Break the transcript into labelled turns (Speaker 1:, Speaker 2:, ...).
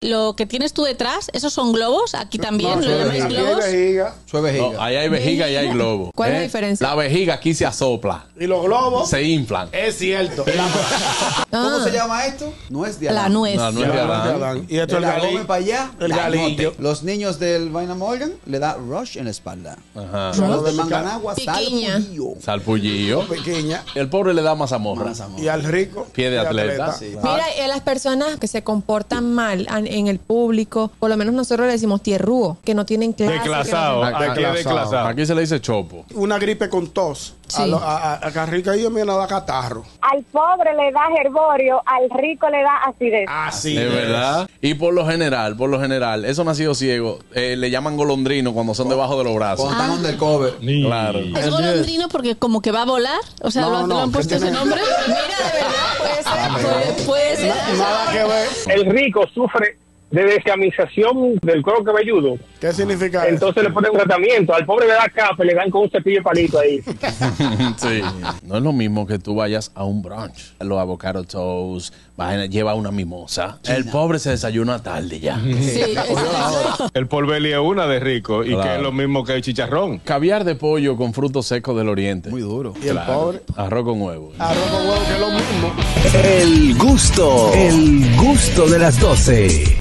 Speaker 1: lo que tienes tú detrás, esos son globos, aquí también, ¿lo llamáis globos?
Speaker 2: Su vejiga.
Speaker 3: No, ahí hay vejiga y hay globo. Eh,
Speaker 4: ¿Cuál es la diferencia?
Speaker 3: La vejiga aquí se asopla,
Speaker 2: Y los globos.
Speaker 3: se inflan.
Speaker 2: Es cierto.
Speaker 4: Ah,
Speaker 5: ¿Cómo se llama esto? Nuez de
Speaker 1: La
Speaker 5: Adán.
Speaker 1: nuez.
Speaker 3: No, no es de Adán.
Speaker 2: Y esto
Speaker 5: Te
Speaker 2: es
Speaker 5: la
Speaker 2: galí-
Speaker 5: comen para allá.
Speaker 2: el
Speaker 5: la
Speaker 2: galillo.
Speaker 5: noten. Los niños del Vaina Morgan le da rush en la espalda.
Speaker 2: Ah.
Speaker 3: Ajá.
Speaker 5: Los de Manganagua,
Speaker 1: Piquiña.
Speaker 5: salpullo.
Speaker 3: Salpullillo.
Speaker 2: Pequeña.
Speaker 3: El pobre le da mazamorra.
Speaker 5: Mazamorra.
Speaker 2: Y al rico.
Speaker 3: Pie de atleta.
Speaker 4: Mira, eh, las personas que se comportan mal an- en el público, por lo menos nosotros le decimos tierrúo, que no tienen clase. que no
Speaker 6: Desclasado.
Speaker 4: tienen-
Speaker 3: Aquí,
Speaker 6: Aquí es desclasado.
Speaker 3: aquí se le dice chopo.
Speaker 2: Una gripe con tos.
Speaker 4: Sí.
Speaker 2: A, lo, a, a- a Carrica y yo me da catarro.
Speaker 7: Al pobre le da herborio, al rico le da acidez.
Speaker 2: Así.
Speaker 3: Es verdad. Y por lo general, por lo general, esos nacidos ciegos eh, le llaman golondrino cuando son debajo de los brazos.
Speaker 5: Cuando
Speaker 4: Ah.
Speaker 5: están undercover.
Speaker 3: Claro.
Speaker 1: Es golondrino porque como que va a volar, o sea,
Speaker 5: No,
Speaker 1: lo, han-
Speaker 5: no,
Speaker 1: lo han
Speaker 5: que
Speaker 1: puesto ese
Speaker 5: tiene- Ah,
Speaker 1: nombre.
Speaker 4: Mira, de verdad, puede ser.
Speaker 1: Puede- puede ser.
Speaker 2: Nada que ver.
Speaker 8: El rico sufre de descamización del cuero cabelludo.
Speaker 2: ¿Qué significa eso?
Speaker 8: Entonces le ponen un tratamiento. Al pobre le da capa y le dan con un cepillo de palito ahí.
Speaker 3: sí. No es lo mismo que tú vayas a un brunch. Los avocado toast, vaina, lleva una mimosa. El pobre se desayuna tarde ya.
Speaker 1: Sí, exacto.
Speaker 6: El polveli es una de rico y
Speaker 3: Claro.
Speaker 6: que es lo mismo que el chicharrón.
Speaker 3: Caviar de pollo con frutos secos del oriente.
Speaker 5: Muy duro.
Speaker 2: Y el pobre.
Speaker 3: Arroz con huevo.
Speaker 2: Arroz con huevo, que es lo mismo.
Speaker 9: El gusto, el gusto de las 12.